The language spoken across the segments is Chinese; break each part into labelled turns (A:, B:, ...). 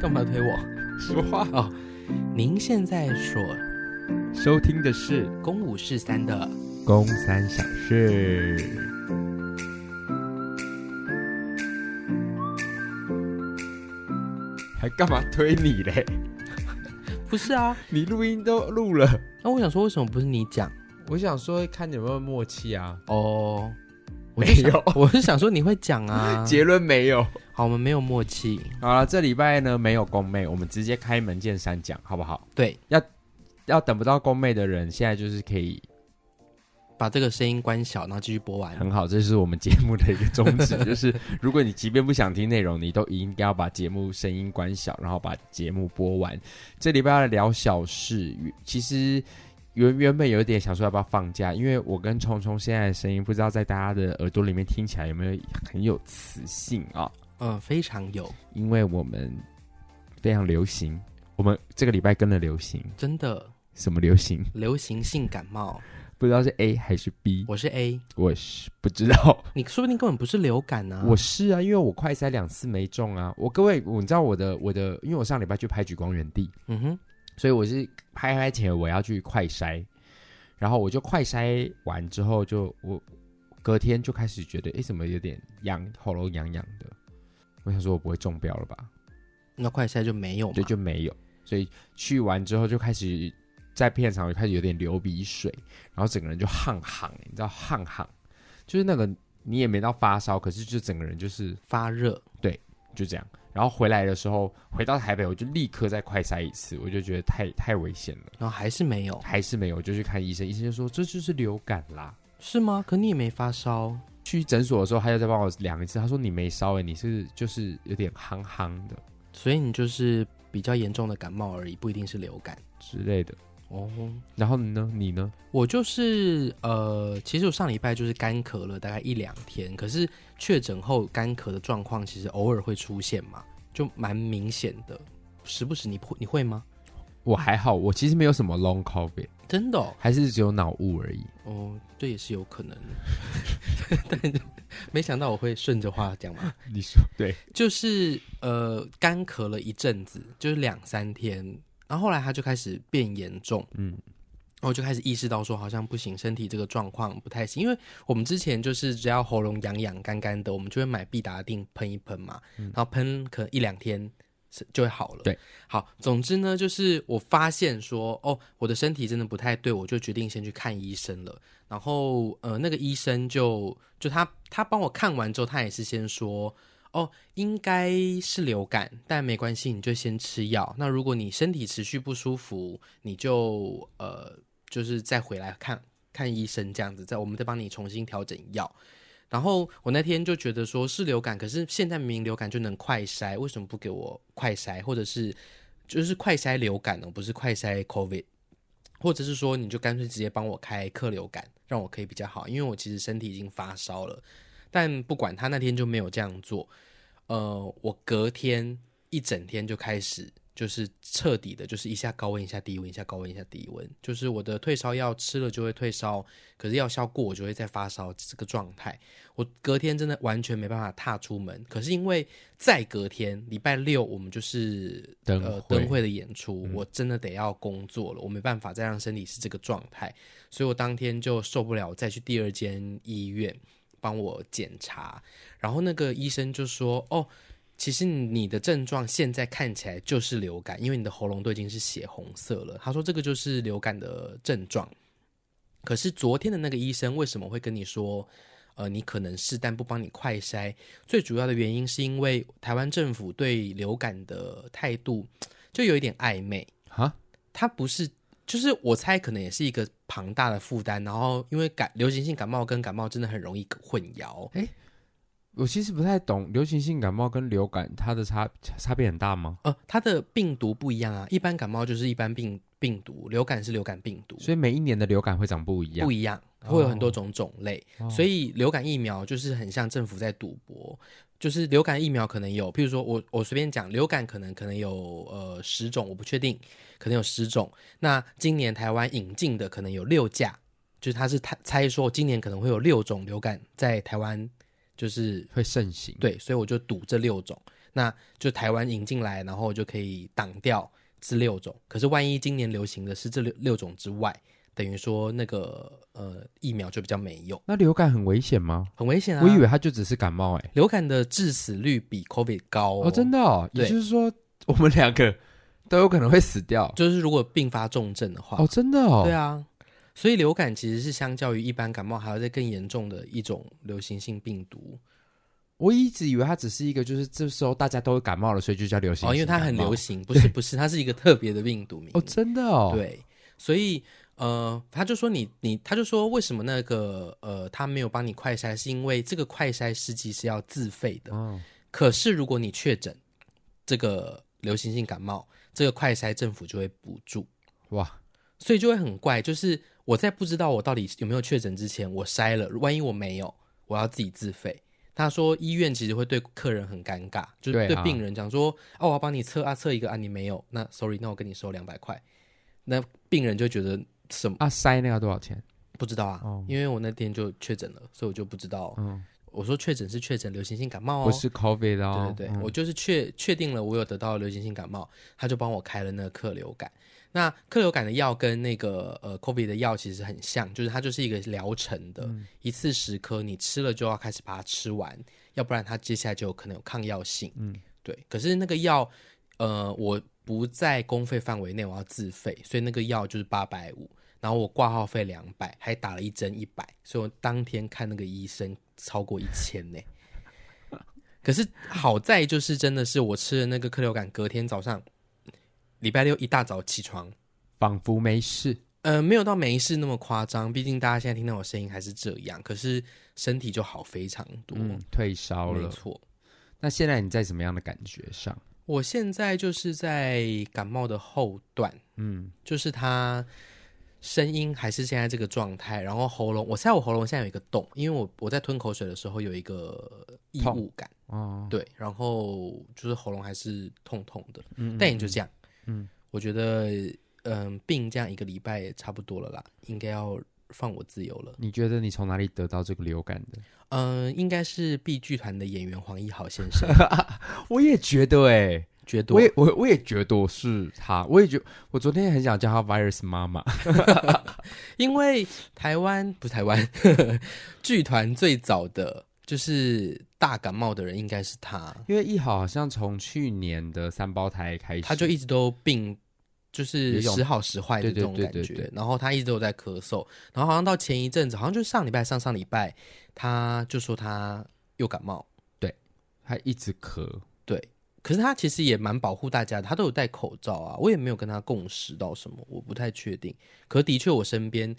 A: 干嘛推我？
B: 说话
A: 哦，您现在所
B: 收听的是
A: 公五是三的，
B: 《公三小事还干嘛推你嘞？
A: 不是啊？
B: 你录音都录了，
A: 那我想说，为什么不是你讲？
B: 我想说看有没有默契啊？
A: 哦，我就想
B: 没有，
A: 我是想说你会讲啊。
B: 结论没有。
A: 好，我们没有默契。
B: 好了，这礼拜呢没有公妹，我们直接开门见山讲好不好？
A: 对，
B: 要等不到公妹的人，现在就是可以
A: 把这个声音关小，然后继续播完。
B: 很好，这是我们节目的一个宗旨， 就是如果你即便不想听内容，你都应该要把节目声音关小，然后把节目播完。这礼拜要来聊小事，其实原原本有点想说要不要放假，因为我跟聪聪现在的声音不知道在大家的耳朵里面听起来有没有很有磁性啊？
A: 嗯、非常有，
B: 因为我们非常流行，我们这个礼拜跟了流行，
A: 真的
B: 什么流行？
A: 流行性感冒。
B: 不知道是 A 还是 B，
A: 我是 A，
B: 我是不知道。
A: 你说不定根本不是流感啊。
B: 我是啊，因为我快塞两次没中啊。我各位，我你知道我的我的，因为我上礼拜去拍《举光原地》，
A: 嗯哼，
B: 所以我是拍拍前我要去快筛，然后我就快筛完之后就我隔天就开始觉得，诶，怎么有点痒，喉咙痒痒的。我想说，我不会中标了吧？
A: 那快筛就没有嘛
B: 对，。就没有。所以去完之后就开始在片场就开始有点流鼻水，然后整个人就沆沆，你知道沆沆，就是那个你也没到发烧，可是就整个人就是
A: 发热，
B: 就这样。然后回来的时候，回到台北，我就立刻再快筛一次，我就觉得太太危险了，
A: 然后还是没有，
B: 还是没有，我就去看医生，医生就说这就是流感啦。
A: 是吗？可你也没发烧，
B: 去诊所的时候，他就再帮我量一次，他说你没烧诶、你是就是有点憨憨的
A: 所以你就是比较严重的感冒而已，不一定是流感。
B: 之类的。
A: 哦，
B: 然后呢，你呢？
A: 我就是呃，其实我上礼拜就是干咳了大概一两天，可是确诊后干咳的状况其实偶尔会出现嘛，就蛮明显的，时不时你会你会吗？
B: 我还好，我其实没有什么 long covid，
A: 真的哦，
B: 还是只有脑雾而已。
A: 哦这也是有可能， 但是没想到我会顺着话讲嘛，
B: 你说对，
A: 就是呃干咳了一阵子，就是两三天，然后后来它就开始变严重，
B: 嗯，
A: 然后我就开始意识到说，好像不行，身体这个状况不太行。因为我们之前就是只要喉咙痒痒、干干的，我们就会买必达定喷一喷嘛，然后喷可能一两天是就会好了。
B: 嗯对，
A: 好，总之呢，就是我发现说，哦，我的身体真的不太对，我就决定先去看医生了。然后呃，那个医生就就他他帮我看完之后，他也是先说。哦，应该是流感，但没关系，你就先吃药。那如果你身体持续不舒服，你就呃就是再回来看看医生这样子，再我们再帮你重新调整药。然后我那天就觉得说是流感，可是现在明明流感就能快筛，为什么不给我快筛？或者是就是快筛流感哦，不是快筛 COVID，或者是说你就干脆直接帮我开克流感，让我可以比较好，因为我其实身体已经发烧了。但不管他那天就没有这样做，呃，我隔天一整天就开始就是彻底的，就是一下高温，一下低温，一下高温，一下低温，就是我的退烧药吃了就会退烧，可是药效过我就会再发烧，这个状态，我隔天真的完全没办法踏出门。可是因为再隔天礼拜六我们就是
B: 灯
A: 呃
B: 会嗯
A: 灯会的演出，我真的得要工作了，我没办法再让身体是这个状态，所以我当天就受不了，我再去第二间医院帮我检查，然后那个医生就说：“哦，其实你的症状现在看起来就是流感，因为你的喉咙都已经是血红色了。”他说：“这个就是流感的症状。”可是昨天的那个医生为什么会跟你说？呃，你可能是，但不帮你快筛。最主要的原因是因为台湾政府对流感的态度就有一点暧昧，
B: 哈，
A: 它不是，就是我猜可能也是一个庞大的负担。然后因为感流行性感冒跟感冒真的很容易混淆，
B: 我其实不太懂流行性感冒跟流感它的差差别很大吗？
A: 呃，它的病毒不一样啊，一般感冒就是一般病病毒，流感是流感病毒，
B: 所以每一年的流感会长不一样
A: 不。一样，
B: 哦
A: 会有很多种种类。
B: 哦
A: 所以流感疫苗就是很像政府在赌博，就是流感疫苗可能有，譬如说我我随便讲，流感可能可能有呃十种，我不确定，可能有十种。那今年台湾引进的可能有六价，就是他是猜猜说今年可能会有六种流感在台湾就是
B: 哦会盛行。
A: 对，所以我就赌这六种。那就台湾引进来，然后就可以挡掉这六种。可是万一今年流行的是这六六种之外，等于说那个呃疫苗就比较没用，
B: 那流感很危险吗？
A: 很危险啊。
B: 我以为它就只是感冒、哎，
A: 流感的致死率比 COVID 高
B: 哦，真
A: 的。
B: 的哦，也
A: 对
B: 就是说我们两个都有可能会死 掉，
A: 就是如果并发重症的话，
B: 哦，真的哦，
A: 对啊，所以流感其实是相较于一般感冒还要再更严重的一种流行性病毒
B: 我一直以为它只是一个，就是这时候大家都会感冒了，所以就叫流行性感冒。
A: 哦，因为它很流行，不是不是，它是一个特别的病毒名
B: 哦，真的哦，，
A: 对，所以呃，他就说你你，他就说为什么那个呃，他没有帮你快筛，是因为这个快筛试剂是要自费的。
B: 哦，
A: 可是如果你确诊这个流行性感冒，这个快筛政府就会补助，
B: 哇，
A: 所以就会很怪。就是我在不知道我到底有没有确诊之前，我筛了，万一我没有，我要自己自费。他说医院其实会对客人很尴尬，就是
B: 对啊
A: 对病人讲说，哦，我要帮你测啊，测一个啊，你没有，那 sorry，那我跟你收两百块。那病人就觉得什么
B: 啊，塞那个要多少钱？
A: 不知道啊，因为我那天就确诊了，所以我就不知道。
B: 哦嗯
A: 我说确诊是确诊流行性感冒哦，
B: 不是 COVID 哦，
A: 对对对，
B: 嗯
A: 我就是确确定了我有得到流行性感冒，他就帮我开了那个克流感。那克流感的药跟那个呃 COVID 的药其实很像，就是它就是一个疗程的，
B: 嗯
A: 一次十颗，你吃了就要开始把它吃完，要不然它接下来就有可能有抗药性。嗯，对。可是那个药，呃，我不在公费范围内，我要自费，所以那个药就是八百五。然后我挂号费两百，还打了一针一百，所以我当天看那个医生超过一千呢。可是好在就是真的是我吃了那个克流感，隔天早上礼拜六一大早起床，
B: 仿佛没事。
A: 呃，没有到没事那么夸张，毕竟大家现在听到我声音还是这样，可是身体就好非常多，
B: 嗯，退烧
A: 没
B: 了。
A: 错。
B: 那现在你在什么样的感觉上？
A: 我现在就是在感冒的后段，
B: 嗯，
A: 就是他声音还是现在这个状态，然后喉咙，我猜我喉咙现在有一个洞，因为我我在吞口水的时候有一个异物感，
B: 哦，
A: 对，然后就是喉咙还是痛痛的，但也就这样，嗯，我觉得嗯病这样一个礼拜也差不多了啦，应该要放我自由了，
B: 你觉得你从哪里得到这个流感的？
A: 嗯，应该是 B 剧团的演员黄一豪先生
B: 我也觉得、哎，
A: 觉得欸
B: 我也我我也觉得我是他，我也觉我昨天很想叫他 Virus 妈妈。
A: 因为台湾不是台湾 剧团最早的就是大感冒的人应该是他，
B: 因为一好好像从去年的三胞胎开始，
A: 他就一直都病，就是
B: 有一种
A: 时好时坏的
B: 对对
A: 这种感
B: 对对
A: 觉
B: 对。
A: 然后他一直都有在咳嗽，然后好像到前一阵子，好像就是上礼拜、上上礼拜，他就说他又感冒。
B: 他一直咳，
A: 对，可是他其实也蛮保护大家的，他都有戴口罩啊。我也没有跟他共识到什么，我不太确定。可的确，我身边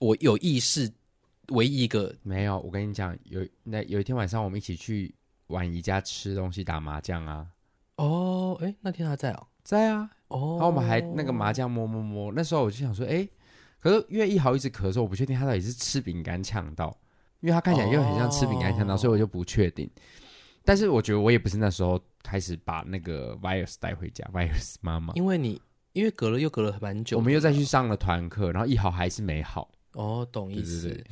A: 我有意识，唯一一个
B: 没有，我跟你讲，有那有一天晚上我们一起去婉怡家吃东西、打麻将啊，
A: 哦，哎，那天他在哦，
B: 在啊，
A: 哦，
B: 然后我们还那个麻将摸摸摸，那时候我就想说，哎，可是因为一豪一直咳嗽，我不确定他到底是吃饼干呛到，因为他看起来又很像吃饼干呛到，
A: 哦
B: 所以我就不确定。但是我觉得我也不是那时候开始把那个 virus 带回家，virus 妈妈，
A: 因为你因为隔了又隔了蛮久，
B: 我们又再去上了团课，然后一豪还是没好，
A: 哦，懂意
B: 对
A: 思。
B: 对对，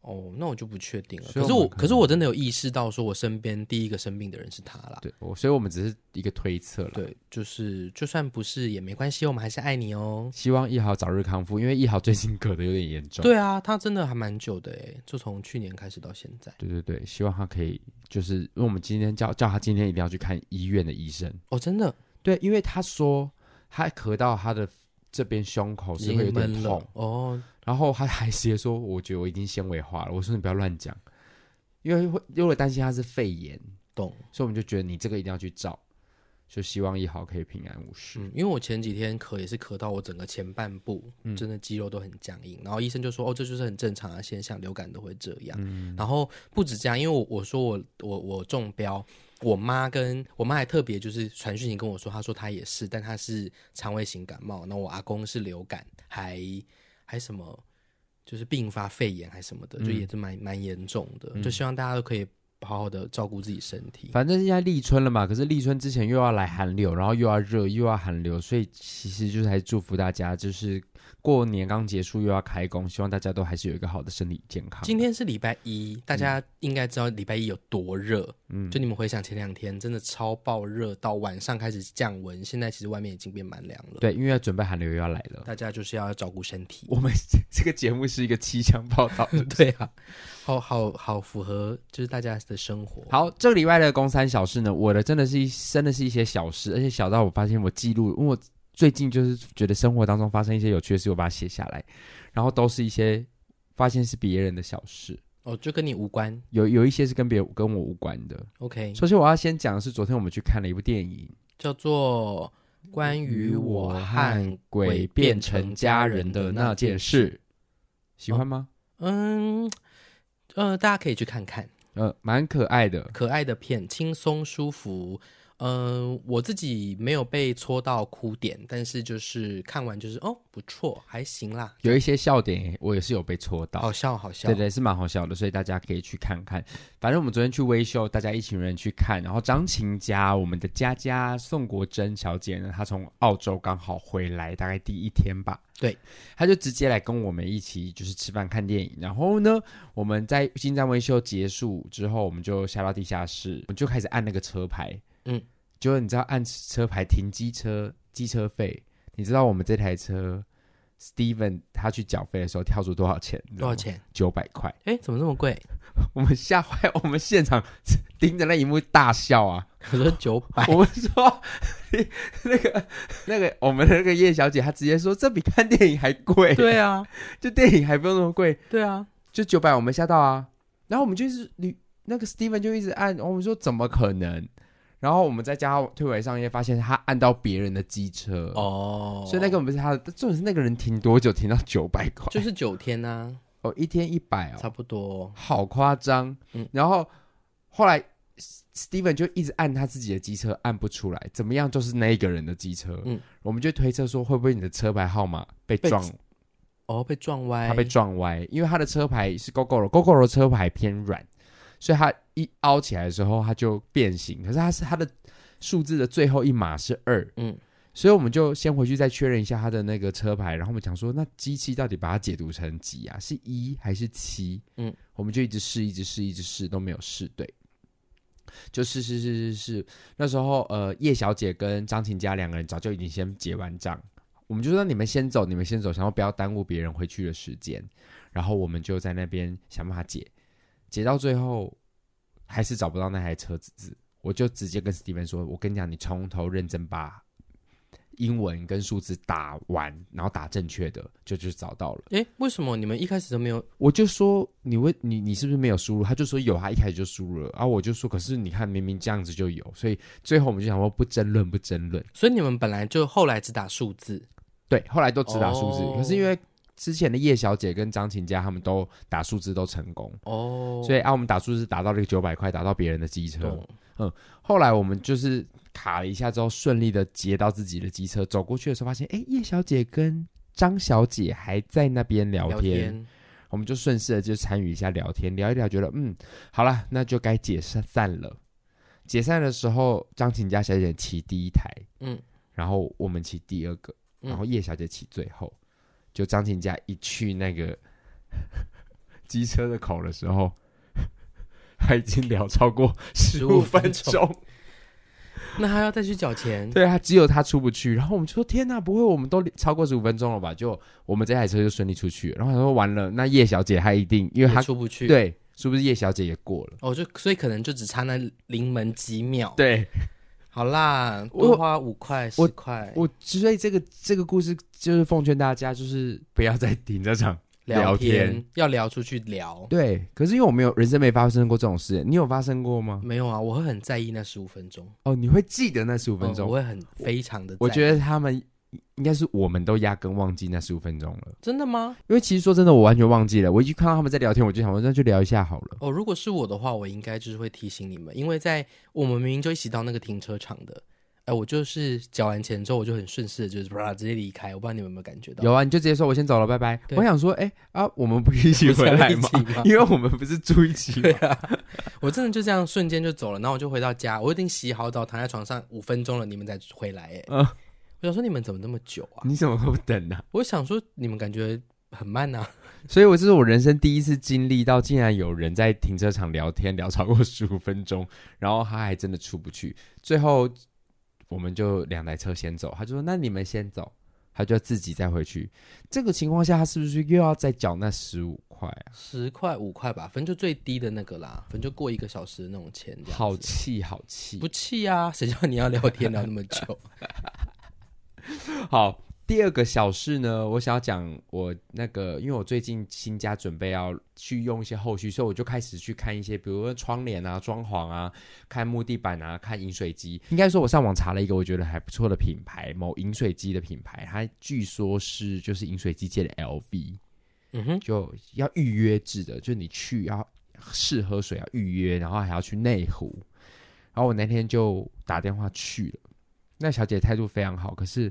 A: 哦，那我就不确定了。
B: 所
A: 可
B: 以我
A: 是
B: 们
A: 我，
B: 可能
A: 可是我真的有意识到，说我身边第一个生病的人是他啦。
B: 对我，所以我们只是一个推测了。
A: 啊对，就是就算不是也没关系，我们还是爱你哦。
B: 希望一豪早日康复，因为一豪最近咳的有点严重。
A: 对啊，他真的还蛮久的诶，就从去年开始到现在。
B: 对对对，希望他可以，就是因为我们今天叫叫他今天一定要去看医院的医生。
A: 哦，真的
B: 对，因为他说他咳到他的这边胸口
A: 已
B: 是会有
A: 经
B: 点
A: 闷
B: 痛
A: 了，哦。
B: 然后他还直接说，我觉得我已经纤维化了。我说你不要乱讲，因为会因为我担心他是肺炎，
A: 懂，
B: 所以我们就觉得你这个一定要去照，就希望一豪可以平安无事。
A: 嗯，因为我前几天咳也是咳到我整个前半部，真的肌肉都很僵硬，然后医生就说，哦，这就是很正常的现象，流感都会这样。然后不止这样，因为我我说我我我中标，我妈跟我妈还特别就是传讯息跟我说，她说她也是，但她是肠胃型感冒，那我阿公是流感，还还什么就是并发肺炎还什么的，就也是蛮蛮严重的，就希望大家都可以好好的照顾自己身体。
B: 反正现在立春了嘛，可是立春之前又要来寒流，然后又要热，又要寒流，所以其实就是还是祝福大家，就是过年刚结束又要开工，希望大家都还是有一个好的身体健康。
A: 今天是礼拜一，大家应该知道礼拜一有多热。嗯，就你们回想前两天，真的超爆热，到晚上开始降温，现在其实外面已经变蛮凉了。
B: 对，因为要准备寒流又要来了。
A: 大家就是要照顾身体。
B: 我们 这个节目是一个气象报 道。
A: 对啊，好好好，符合就是大家的生活。
B: 好，这个礼拜的公三小事呢，我的真的是一真的是一些小事，而且小到我发现我记录，因为我最近就是觉得生活当中发生一些有趣的事，我把它写下来，然后都是一些发现是别人的小事，
A: 哦，就跟你无关。
B: 有有一些是跟别跟我无关的。
A: OK，
B: 首先我要先讲的是，昨天我们去看了一部电影，
A: 叫做《关于我和
B: 鬼
A: 鬼
B: 变
A: 变
B: 成
A: 成
B: 家
A: 家
B: 人
A: 人
B: 的
A: 的
B: 那
A: 那
B: 件
A: 件
B: 事，喜欢吗？
A: 嗯呃，大家可以去看看，
B: 呃，蛮可爱的，
A: 可爱的片，轻松舒服。嗯、我自己没有被戳到哭点，但是就是看完就是哦，不错，还行啦，
B: 有一些笑点我也是有被戳到，
A: 好笑好笑。
B: 对对，是蛮好笑的，所以大家可以去看看。反正我们昨天去微秀，大家一群人去看，然后张琴家，我们的佳佳宋国珍小姐呢，她从澳洲刚好回来，大概第一天吧，
A: 对，
B: 她就直接来跟我们一起就是吃饭看电影。然后呢，我们在进站微秀结束之后，我们就下到地下室，我们就开始按那个车牌，嗯
A: 嗯，
B: 结果你知道按车牌停机车机车费，你知道我们这台车。Steven 他去缴费的时候跳出多少钱？
A: 多少？钱？
B: 九百块。
A: 哎，怎么这么贵？
B: 我们吓坏，我们现场盯着那一幕大笑啊！，
A: 我说九百
B: 我们说，那个那个我们的那个叶小姐，她直接说这比看电影还贵，
A: 对啊，
B: 就电影还不用那么贵，
A: 对啊，
B: 就九百，我们吓到啊！然后我们就是旅那个 Steven 就一直按，我们说怎么可能？然后我们再加上推诿上页，发现他按到别人的机车，
A: 哦，
B: 所以那根本不是他的。重点是那个人停多久？停到九百块，
A: 就是九天呐、
B: 哦，一天一百哦，
A: 差不多。
B: 好夸张。
A: 嗯
B: 然后后来 Steven 就一直按他自己的机车，按不出来，怎么样就是那一个人的机车。
A: 嗯
B: 我们就推测说，会不会你的车牌号码被
A: 被
B: 撞，
A: 哦，被撞歪，
B: 他被撞歪，因为他的车牌是 GoGoRo，GoGoRo 车牌偏软，所以他一凹起来的时候，它就变形。可是它是它的数字的最后一码是二，
A: 嗯，
B: 所以我们就先回去再确认一下他的那个车牌，然后我们讲说，那机器到底把它解读成几啊？是一还是七？嗯
A: 嗯，
B: 我们就一直试，一直试，一直试，都没有试对。就试试试试试，那时候呃，叶小姐跟张琴佳两个人早就已经先结完账，我们就说你们先走，你们先走，想要不要耽误别人回去的时间，然后我们就在那边想办法解，解到最后还是找不到那台车子，我就直接跟 Steven 说，我跟你讲，你从头认真把英文跟数字打完，然后打正确的，就就找到了。
A: 哎，为什么你们一开始都没有？
B: 我就说你为你你是不是没有输入？他就说有，啊他一开始就输入了。然、后我就说，可是你看明明这样子就有，所以最后我们就想说不争论不争论。
A: 所以你们本来就后来只打数字，
B: 对，后来都只打数字，
A: 哦
B: 可是因为之前的叶小姐跟张琴佳他们都打数字都成功，
A: 哦，
B: 所以啊我们打数字打到了九百块，打到别人的机车。
A: 懂
B: 后来我们就是卡了一下之后，顺利的截到自己的机车，走过去的时候发现，哎，叶小姐跟张小姐还在那边聊
A: 聊
B: 天，我们就顺势的就参与一下聊天，聊一聊，觉得嗯，好啦，那就该解散散了。解散的时候，张琴佳小姐骑第一台，嗯
A: 嗯，
B: 然后我们骑第二个，
A: 嗯
B: 然后叶小姐骑最后。就张琴佳一去那个 机车的口的时候， 他已经聊超过十五
A: 15
B: 分
A: 分
B: 钟
A: 钟，那还要再去缴钱，
B: 对啊，只有他出不去。然后我们就说：“天哪，不会我们都超过十五分钟了吧？”就我们这台车就顺利出去了。然后他说：“完了，那叶小姐她一定，因为她
A: 也出不去，，
B: 对，是不是叶小姐也过了？
A: 哦，就所以可能就只差那临门几秒，，
B: 对
A: 好啦，
B: 我
A: 多花五块
B: 我
A: 十块
B: 我，所以这个这个故事就是奉劝大家，就是不要再停车场。聊
A: 天
B: 天
A: 要聊出去聊，
B: 对，可是因为我没有人生没发生过这种事，你有发生过吗？
A: 没有啊，我会很在意那十五分钟，
B: 哦，你会记得那十五分
A: 嗯
B: 钟？
A: 我会很非常的，
B: 哦我
A: 得
B: 觉得他们应该是我们都压根忘记那十五分钟了，
A: 真的吗？
B: 因为其实说真的，我完全忘记了。我一看到他们在聊天，我就想说那就聊一下好了。
A: 哦，如果是我的话，我应该就是会提醒你们，因为在我们明明就一起到那个停车场的，哎，我就是缴完钱之后，我就很顺势的，就是啪直接离开。我不知道你们有没有感觉到？
B: 有啊，你就直接说我先走了，拜拜。
A: 对
B: 我想说，哎、啊，我们不一起啊回来
A: 不
B: 吗
A: 是在一起吗？
B: 因为我们不是住一起吗？
A: 我真的就这样瞬间就走了，然后我就回到家，我已经洗好澡，躺在床上五分钟了，你们才回来。哎，
B: 嗯
A: 我想说你们怎么那么久啊？
B: 你怎么会不等呢、
A: 我想说你们感觉很慢呐、
B: 所以，我这是我人生第一次经历到，竟然有人在停车场聊天聊超过十五分钟，然后他还真的出不去。最后，我们就两台车先走，他就说：“那你们先走。”他就自己再回去。这个情况下，他是不是又要再缴那十五块啊？
A: 十块五块吧，反正就最低的那个啦，反正就过一个小时的那种钱这样子。
B: 好气，好气
A: 不！气啊，谁叫你要聊天聊那么久？
B: 好，第二个小事呢，我想要讲我那个，因为我最近新家准备要去用一些后续，所以我就开始去看一些，比如说窗帘啊、装潢啊、看木地板啊、看饮水机。应该说，我上网查了一个我觉得还不错的品牌，某饮水机的品牌，它据说是就是饮水机界的 LV，
A: 嗯哼，
B: 就要预约制的，就你去要试喝水要预约，然后还要去内湖。然后我那天就打电话去了，那小姐态度非常好，可是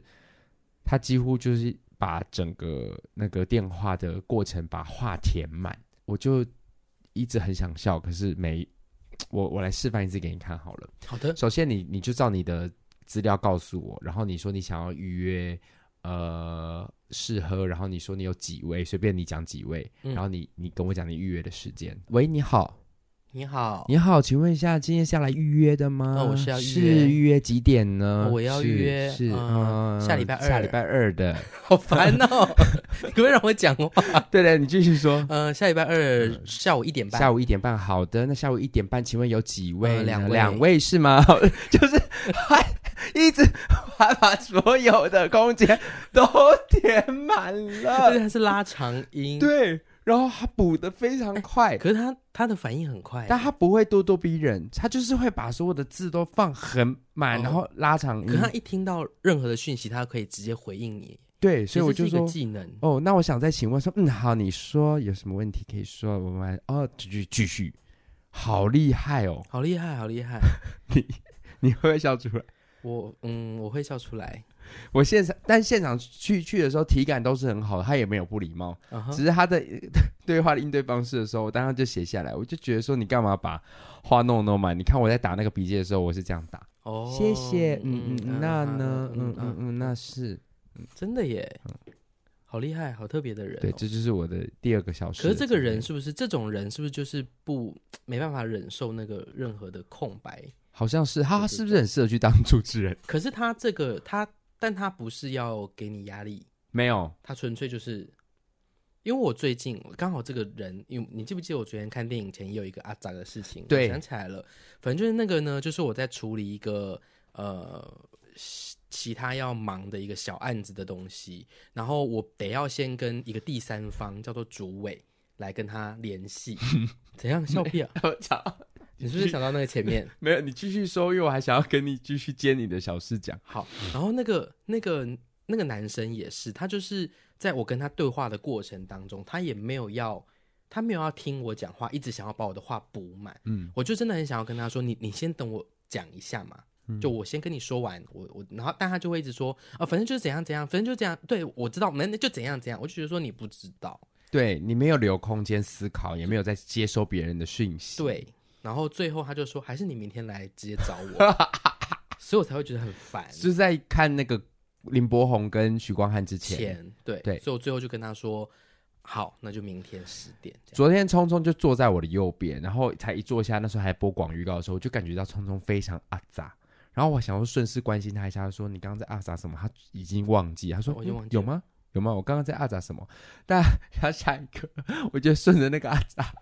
B: 她几乎就是把整个那个电话的过程把话填满，我就一直很想笑，可是没，我我来示范一次给你看好了。
A: 好的，
B: 首先你你就照你的资料告诉我，然后你说你想要预约呃试喝，然后你说你有几位，随便你讲几位，
A: 嗯
B: 然后你你跟我讲你预约的时间。喂，你好，
A: 你好，
B: 你好，请问一下今天下来预约的吗？
A: 哦我是要预约
B: 是预约几点呢？
A: 哦我要
B: 是
A: 预约
B: 是
A: 嗯
B: 嗯
A: 下礼拜二
B: 下礼拜二的。
A: 好烦哦， 你可不可以让我讲话？
B: 对了，你继续说。
A: 嗯、下礼拜二下午一点半，
B: 下午一点半，好的。那下午一点半，请问有几位呢？
A: 呃两位
B: 两位是吗？ 就是还一直还把所有的空间都填满
A: 但 是
B: 了。
A: 他是拉长音，，
B: 对，然后他补的非常 快，
A: 可是他他的反应很快，
B: 但他不会咄咄逼人，他就是会把所有的字都放很满，
A: 哦
B: 然后拉长
A: 可是
B: 音
A: 他。一听到任何的讯息，他可以直接回应你，
B: 对，所以我就
A: 其实是一
B: 说
A: 个。技能，
B: 哦，那我想再请问说，嗯，好，你说有什么问题可以说，我们来哦，继续继续，好厉害 哦！
A: 好厉害，好厉害，
B: 你会不会笑出来？
A: 我嗯我会笑出来，
B: 我现场，但现场去去的时候体感都是很好的，他也没有不礼貌，
A: 嗯哼
B: 只是他的 对话的应对方式的时候，我当时就写下来，我就觉得说你干嘛把话弄弄满？你看我在打那个笔记的时候，我是这样打，
A: 哦，
B: 谢谢，嗯嗯，那
A: 好
B: 呢，嗯
A: 嗯
B: 嗯嗯，那是
A: 真的耶，好厉害，好特别的人、哦，
B: 对，这就是我的第二个小时。
A: 可是这个人是不是这种人是不是就是不没办法忍受那个任何的空白？
B: 好像是他，
A: 对
B: 他
A: 对
B: 是不是很适合去当主持人？
A: 可是他这个他，但他不是要给你压力，
B: 没有，
A: 他纯粹就是，因为我最近刚好这个人，因为你记不记得我昨天看电影前也有一个阿杂的事情，我
B: 对
A: 想起来了，反正就是那个呢，就是我在处理一个呃其其他要忙的一个小案子的东西，然后我得要先跟一个第三方叫做主委来跟他联系，怎样笑屁啊？
B: 我操，
A: 你是不是想到那个前面？
B: 没有，你继续说，因为我还想要跟你继续接你的小事讲。
A: 好，然后那个那个那个男生也是，他就是在我跟他对话的过程当中，他也没有要他没有要听我讲话，一直想要把我的话补满。
B: 嗯，
A: 我就真的很想要跟他说，你你先等我讲一下嘛。
B: 嗯
A: 就我先跟你说完，我我，然后但他就会一直说啊，反正就是怎样怎样，反正就这样，对我知道，那那就怎样怎样，我就觉得说你不知道，
B: 对你没有留空间思考，也没有在接收别人的讯息。
A: 对，然后最后他就说，还是你明天来直接找 我，所以我才会觉得很烦。
B: 就是在看那个林柏宏跟许光汉之前，
A: 钱，对
B: 对
A: 所以我最后就跟他说，好，那就明天十点这样。
B: 昨天聪聪就坐在我的右边，然后才一坐下，那时候还播广预告的时候，我就感觉到聪聪非常阿杂。然后我想要顺势关心他一下，说你刚刚在阿杂什么？他已经忘记，他说、
A: 哦我已经
B: 嗯
A: 忘记
B: 有
A: 了
B: 吗？有吗？我刚刚在阿杂什么？但 他下一个，我就顺着那个阿杂，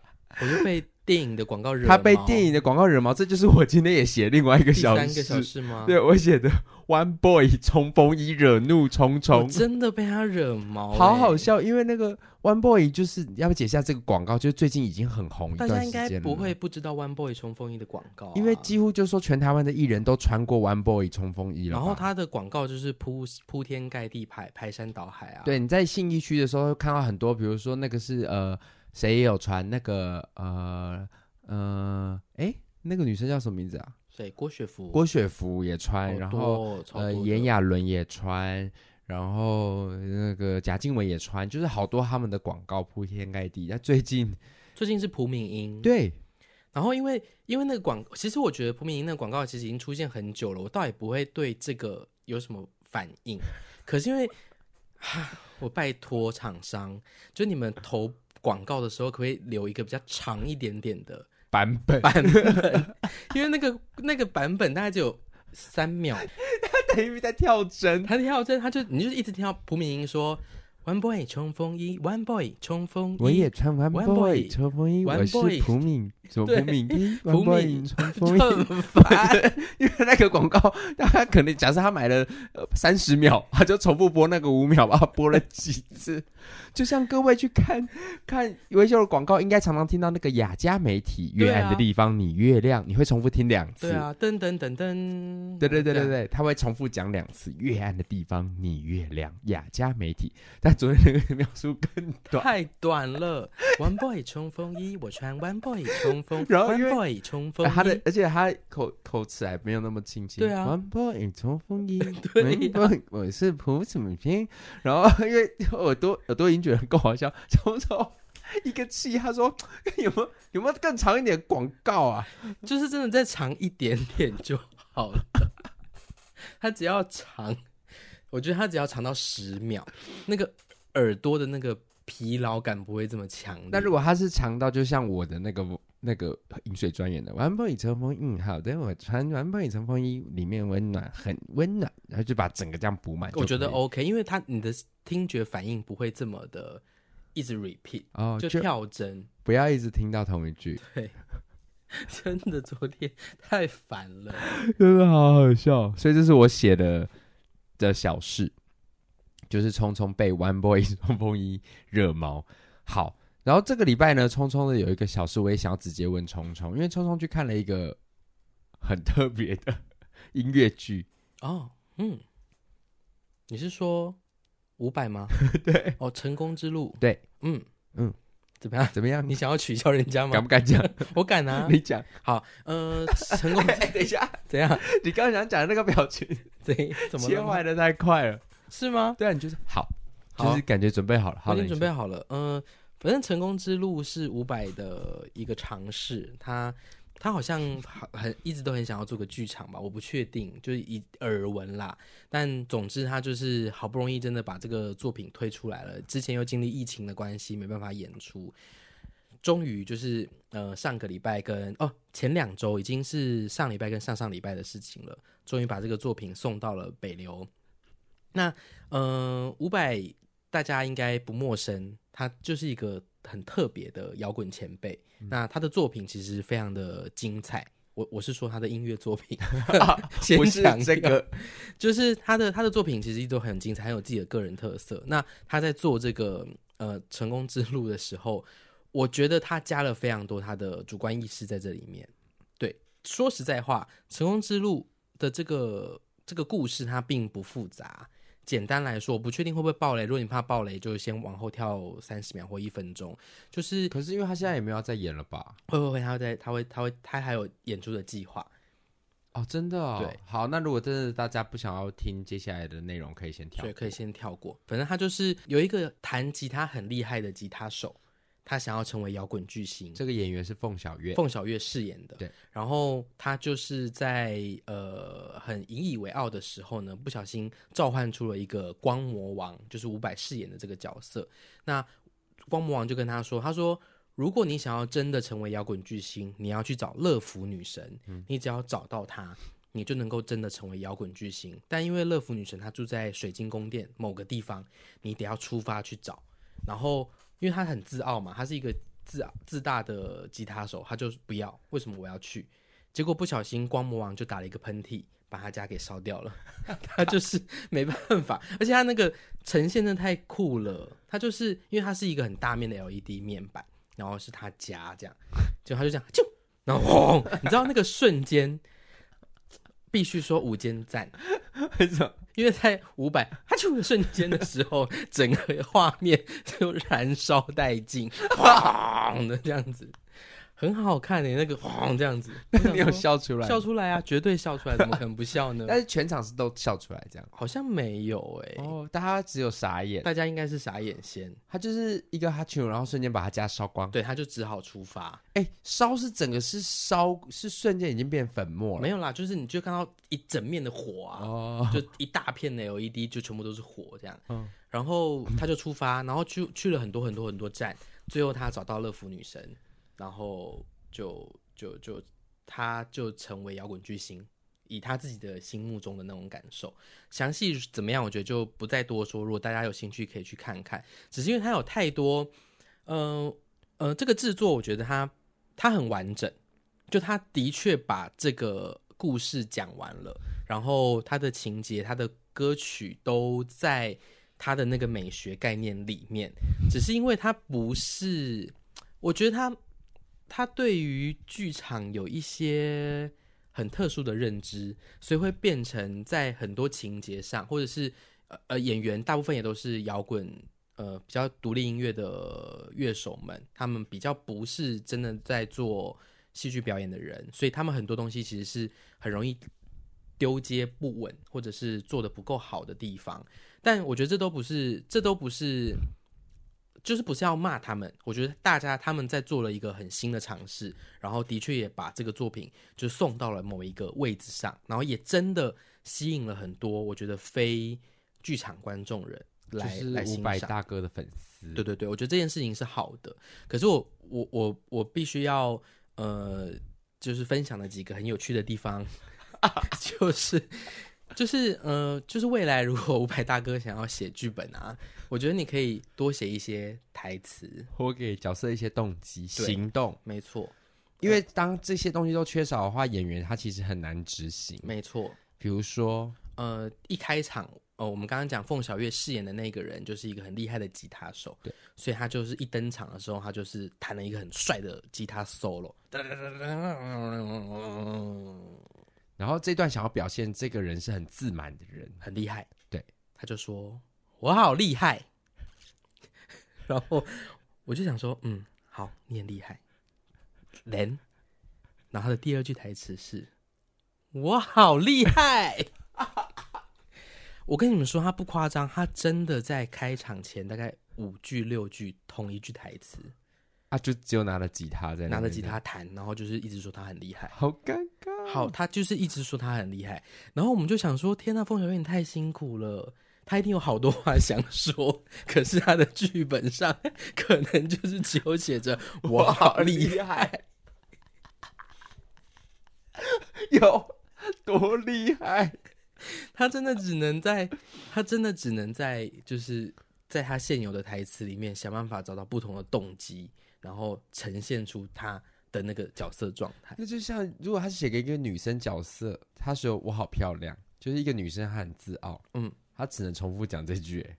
A: 我就被电影的广告惹毛，
B: 他被电影的广告惹毛，这就是我今天也写另外一个
A: 第
B: 小
A: 三个
B: 事，
A: 小时啊吗？
B: 对我写的 One Boy 冲锋衣惹怒重
A: 我
B: 重，
A: 真的被他惹毛、
B: 好
A: 欸
B: 好。笑，因为那个 One Boy 就是要不解一下这个广告，就是最近已经很红一
A: 大家
B: 段时
A: 应
B: 间了。
A: 该不会，不知道 One Boy 冲锋衣的广告啊、
B: 因为几乎就说全台湾的艺人都穿过 One Boy 冲锋衣了吧。
A: 然后他的广告就是铺铺天盖地排排山倒海啊。，
B: 对你在信义区的时候看到很多，比如说那个是呃谁也有穿那个呃呃哎那个女生叫什么名字啊？
A: 谁？郭雪芙，
B: 郭雪芙也穿，
A: 好
B: 然
A: 多
B: 后
A: 哦超
B: 呃
A: 多
B: 炎
A: 的
B: 亚纶也穿，然后那个贾静雯也穿，就是好多他们的广告铺天盖地。那最近
A: 最近是朴敏英，
B: 对
A: 然后因为因为那个广，其实我觉得朴敏英那个广告其实已经出现很久了，我倒也不会对这个有什么反应。可是因为，啊我拜托厂商，就你们投广告的时候，可不可以留一个比较长一点点的
B: 版本，
A: 版本？ 因为那个那个版本大概只有三秒，
B: 等于在跳针。
A: 他跳针，他就你就一直听到朴敏英说 “One boy 冲锋衣，One boy 冲锋衣”，
B: 我也穿 One
A: One
B: Boy
A: Boy，
B: 冲锋衣，
A: One
B: 我是
A: Boy
B: 朴敏，什么
A: 对
B: 朴敏英
A: 朴
B: ，One Boy
A: 敏就
B: 冲锋衣。
A: 很烦。
B: 因为那个广告，他可能假设他买了呃三十秒，他就重复播那个五秒吧，播了几次。 就像各位去看看维修的广告，应该常常听到那个雅加媒体
A: 对
B: 越
A: 啊
B: 暗的地方，你越亮，你会重复听两 次。
A: 对啊，噔噔噔噔，
B: 对对
A: 这
B: 对对啊
A: 样，
B: 对，他会重复讲两次。越暗的地方，你越亮。雅加媒体，但昨天那个描述更短。
A: 太短了。One boy 冲锋衣，我穿 One boy 冲锋
B: 然后因为
A: ，One boy 冲锋
B: 哎
A: 衣，
B: 他的，而且他口口齿还没有那么清晰。
A: 对啊，
B: One boy 冲锋衣
A: 对呀
B: One boy 我是朴什么平。然后因为耳朵耳朵已经觉得够好笑， 从头一个气，他说有没有有没有更长一点的广告啊？
A: 就是真的再长一点点就好了。他只要长，我觉得他只要长到十秒，那个耳朵的那个疲劳感不会这么强烈。
B: 那如果他是长到就像我的那个那个饮水专员的 One boy 冲锋衣，嗯，好的，我穿 One boy 冲锋衣里面温暖，很温暖，然后就把整个这样补满就可以。
A: 我觉得哦 OK，因为他你的听觉反应不会这么的一直 repeat，
B: 哦，
A: 就
B: 就
A: 跳针。
B: 不要一直听到同一句，
A: 真的，昨天太烦了。
B: 真的好好笑。所以这是我写的的小事，就是匆匆被 One Boy 冲锋衣惹毛。好，然后这个礼拜呢，匆匆的有一个小事，我也想要直接问匆匆，因为匆匆去看了一个很特别的音乐剧，
A: 哦，嗯，你是说五百 吗？对，哦，成功之路，
B: 对，
A: 嗯
B: 嗯
A: 嗯，怎么 样？
B: 怎么样？
A: 你
B: 你
A: 想要取笑人家吗
B: 敢不？ 敢讲？
A: 我敢啊！
B: 你讲。
A: 好，呃，成功
B: 哎、等一下，
A: 怎样？
B: 你刚刚想讲的那个表 情，
A: 怎怎么
B: 切
A: 了吗？
B: 换的太快了。
A: 是吗？
B: 对啊，你就是好，
A: 好
B: 就是感觉准备好了。
A: 我
B: 好
A: 已
B: 了，
A: 经
B: 你
A: 准
B: 说
A: 备好了。呃，反正成功之路是伍佰的一个尝试，他他好像很很一直都很想要做个剧场吧，我不确定，就是以耳闻啦。但总之他就是好不容易真的把这个作品推出来了，之前又经历疫情的关系，没办法演出。终于就是呃上个礼拜跟哦前两周已经是上礼拜跟上上礼拜的事情了，终于把这个作品送到了北流。那呃伍佰大家应该不陌生，他就是一个很特别的摇滚前辈。
B: 嗯
A: 那他的作品其实非常的精彩，我我是说他的音乐作品， 先
B: 不是
A: 强
B: 这
A: 调
B: 个
A: 就是他的他的作品其实一直都很精彩，很有自己的个人特色。那他在做这个呃成功之路的时候，我觉得他加了非常多他的主观意识在这里面。对，说实在话，成功之路的这个这个故事它并不复杂。简单来说，我不确定会不会爆雷。如果你怕爆雷，就先往后跳三十秒或一分钟。就是
B: 可是因为他现在也没有要再演了吧？
A: 会会会，他会在他会他会他还有演出的计划。
B: 哦，真的哦。
A: 对，
B: 好，那如果真的大家不想要听接下来的内容，可以先跳
A: 所以。可以先跳过。反正他就是有一个弹吉他很厉害的吉他手，他想要成为摇滚巨星，
B: 这个演员是凤小岳，
A: 凤小岳饰演的。
B: 对，
A: 然后他就是在呃很引以为傲的时候呢，不小心召唤出了一个光魔王，就是伍佰饰演的这个角色。那光魔王就跟他说，他说。如果你想要真的成为摇滚巨星，你要去找乐福女神，你只要找到她，你就能够真的成为摇滚巨星。但因为乐福女神她住在水晶宫殿某个地方，你得要出发去找。然后，因为她很自傲嘛，她是一个自自大的吉他手，她就不要。为什么我要去？结果不小心光魔王就打了一个喷嚏，把他家给烧掉了。 他就是没办法，而且他那个呈现真的太酷了。他就是因为它是一个很大面的 LED 面板，然后是他家这样，就他就这样就，然后轰，你知道那个瞬间，必须说无间赞，
B: 为什么？
A: 因为在五百哈啾的瞬间的时候，整个画面就燃烧殆尽，砰的这样子，很好看欸诶、那个晃这样子，
B: 你有笑出来？
A: 笑出来啊，绝对笑出来，怎么可能不笑呢？
B: 但是全场是都笑出来这样。
A: 好像没有诶、
B: 哦，但他只有傻眼，
A: 大家应该是傻眼先，
B: 他就是一个哈欠，然后瞬间把他家烧光。
A: 对，他就只好出发。
B: 哎，烧是整个是烧，是瞬间已经变粉末了。
A: 没有啦，就是你就看到一整面的火啊，
B: 哦，
A: 就一大片的 LED 就全部都是火这样。
B: 嗯
A: 然后他就出发，然后去去了很多很多很多站，最后他找到乐福女神，然后就就就他就成为摇滚巨星，以他自己的心目中的那种感受，详细怎么样，我觉得就不再多说。如果大家有兴趣，可以去看看。只是因为它有太多，呃呃，这个制作我觉得它它很完整，就它的确把这个故事讲完了。然后它的情节、它的歌曲都在它的那个美学概念里面，只是因为它不是，我觉得它它对于剧场有一些很特殊的认知，所以会变成在很多情节上，或者是呃呃演员大部分也都是摇滚。呃，比较独立音乐的乐手们，他们比较不是真的在做戏剧表演的人，所以他们很多东西其实是很容易丢接不稳，或者是做的不够好的地方。但我觉得这都不是，这都不是，就是不是要骂他们。我觉得大家他们在做了一个很新的尝试，然后的确也把这个作品就送到了某一个位置上，然后也真的吸引了很多我觉得非剧场观众人
B: 就
A: 来、
B: 是
A: 来
B: 伍
A: 欣
B: 佰
A: 赏。
B: 大哥的粉丝。
A: 对对对，我觉得这件事情是好的。可是我我我我必须要呃，就是分享的几个很有趣的地方， 就是就是呃，就是未来如果伍佰大哥想要写剧本啊，我觉得你可以多写一些台词。
B: 我给角色一些动机、
A: 对
B: 行动，
A: 没错，
B: 因为当这些东西都缺少的话，演员他其实很难执行。
A: 没错。
B: 比如说，
A: 呃，一开场，呃，我们刚刚讲凤小岳饰演的那个人就是一个很厉害的吉他手，
B: 对，
A: 所以他就是一登场的时候，他就是弹了一个很帅的吉他 solo，
B: 然后这段想要表现这个人是很自满的人，
A: 很厉害，
B: 对，
A: 他就说我好厉害， 然后我就想说，嗯，好，你很厉害，人，然后他的第二句台词是我好厉害。 我跟你们说，他不夸张，他真的在开场前大概五句六句同一句台词，
B: 啊，就只有拿了吉他在那边
A: 拿着吉，他弹，然后就是一直说他很厉害。
B: 好尴尬。
A: 好，他就是一直说他很厉害，然后我们就想说，天呐，凤小岳你太辛苦了，他一定有好多话想说，可是他的剧本上可能就是只有写着“我好厉害
B: 有多厉害？”，
A: 他真的只能在，他真的只能在，就是在他现有的台词里面想办法找到不同的动机，然后呈现出他的那个角色状态。
B: 那就像如果他写给一个女生角色，他说我好漂亮，就是一个女生她很自傲，
A: 嗯
B: 嗯，她只能重复讲这句，欸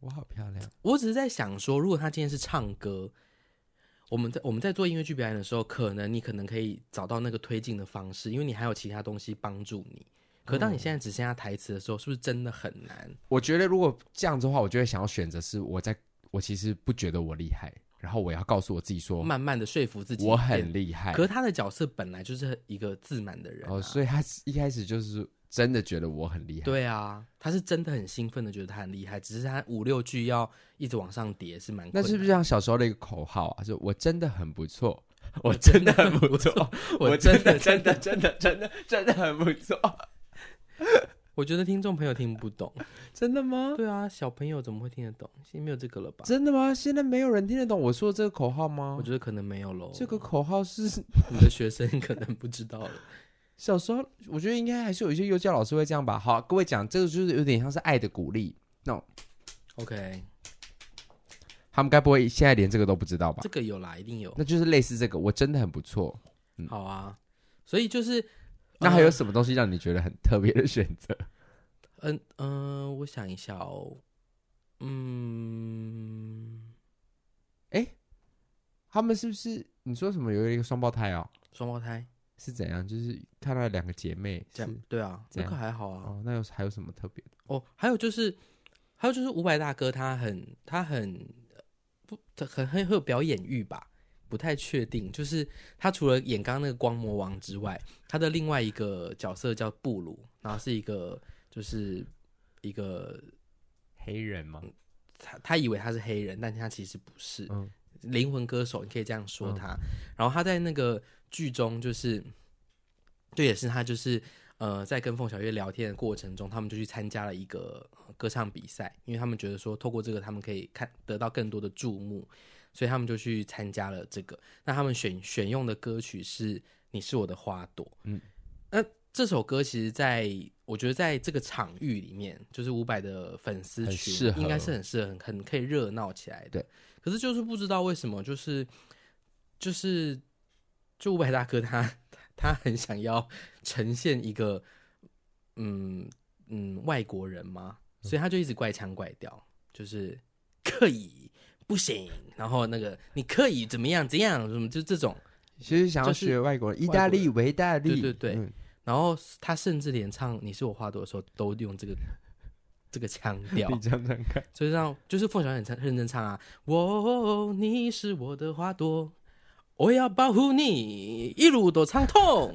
B: 我好漂亮。
A: 我只是在想说，如果他今天是唱歌，我们在我们在做音乐剧表演的时候，可能你可能可以找到那个推进的方式，因为你还有其他东西帮助你。可当你
B: 嗯
A: 现在只剩下台词的时候，是不是真的很难？
B: 我觉得如果这样子的话，我就会想要选择是我在我其实不觉得我厉害，然后我要告诉我自己说
A: 慢慢的说服自己，
B: 我很。厉害。
A: 可是他的角色本来就是一个自满的人、啊，
B: 哦，所以他一开始就是真的觉得我很厉害。
A: 对啊，他是真的很兴奋的，觉得他很厉害。只是他五六句要一直往上叠是蛮困
B: 那
A: 难的……
B: 是不是像小时候的一个口号啊？是我真的很不错， 我
A: 真
B: 真
A: 的
B: 的
A: 很
B: 很
A: 不
B: 不
A: 错
B: 错，
A: 我
B: 我
A: 真
B: 真
A: 的
B: 的真的真的真的真的很不错。
A: 我觉得听众朋友听不懂。
B: 真的吗？
A: 对啊，小朋友怎么会听得懂？现在没有这个了吧？
B: 真的吗？现在没有人听得懂我说的这个口号吗
A: 我？觉得可能没有喽。
B: 哦这个口号是
A: 你的学生可能不知道了。
B: 小时候，我觉得应该还是有一些幼教老师会这样吧。好，各位讲这个就是有点像是爱的鼓励。
A: OK，
B: 他们该不会现在连这个嗯都不知道吧
A: 这？个有啦，一定有。
B: 那就是类似这个，我真的很不错。
A: 好啊，所以就是
B: 那还有
A: 呃
B: 什么东西让你觉得很特别的选择？
A: 嗯嗯、呃我想一下哦，嗯，
B: 他们是不是你说什么有一个双胞胎哦？
A: 双胞胎
B: 是怎样？就是看到两个姐妹
A: 这
B: 是
A: 样对啊，
B: 这
A: 这
B: 样
A: 个还好啊。
B: 哦，那有还有什么特别的？
A: 哦，还有就是，还有就是伍佰大哥他很他很不他很很很有表演欲吧。不太确定，就是他除了演刚刚那个光魔王之外，他的另外一个角色叫布鲁，然后是一个就是一个
B: 黑人吗？
A: 他他以为他是黑人，但他其实不是。
B: 嗯
A: 灵魂歌手，你可以这样说他。然后他在那个剧中就是，这也是他就是呃，在跟凤小岳聊天的过程中，他们就去参加了一个呃歌唱比赛，因为他们觉得说透过这个他们可以看得到更多的注目，所以他们就去参加了这个。那他们选选用的歌曲是《你是我的花朵》。
B: 嗯，
A: 那这首歌其实在，我觉得在这个场域里面，就是伍佰的粉丝
B: 很
A: 群
B: 适合
A: 应该是很适合、很很可以热闹起来的
B: 对。
A: 可是就是不知道为什么，就是就是就伍佰大哥他他很想要呈现一个嗯嗯外国人嘛，所以他就一直怪腔怪调，就是可以不行，然后那个你可以怎么样怎样什么就这种，
B: 其实想
A: 就
B: 要
A: 是
B: 学外国人，意
A: 外国人
B: 大利维大利，
A: 对对对
B: 嗯
A: 然后他甚至连唱《你是我花朵》的时候都用这个这个腔调，
B: 你想想看，
A: 所以让就是凤小岳很唱认真唱啊，我你是我的花朵，我要保护你一路都畅通。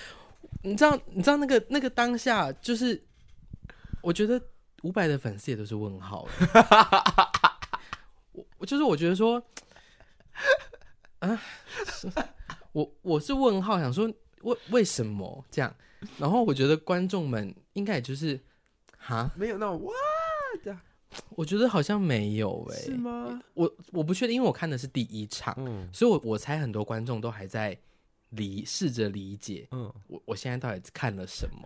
A: 你知道你知道那个那个当下就是，我觉得伍佰的粉丝也都是问号的。 我我就是我觉得说，啊， 是我我是问号，想说为为什么这样？然后我觉得观众们应该也就是哈。
B: 没有那种哇
A: 我觉得好像没有欸诶、
B: 是吗？
A: 我我不确定，因为我看的是第一场，
B: 嗯
A: 所以我我猜很多观众都还在理试着理解
B: 嗯，
A: 我我现在到底看了什么。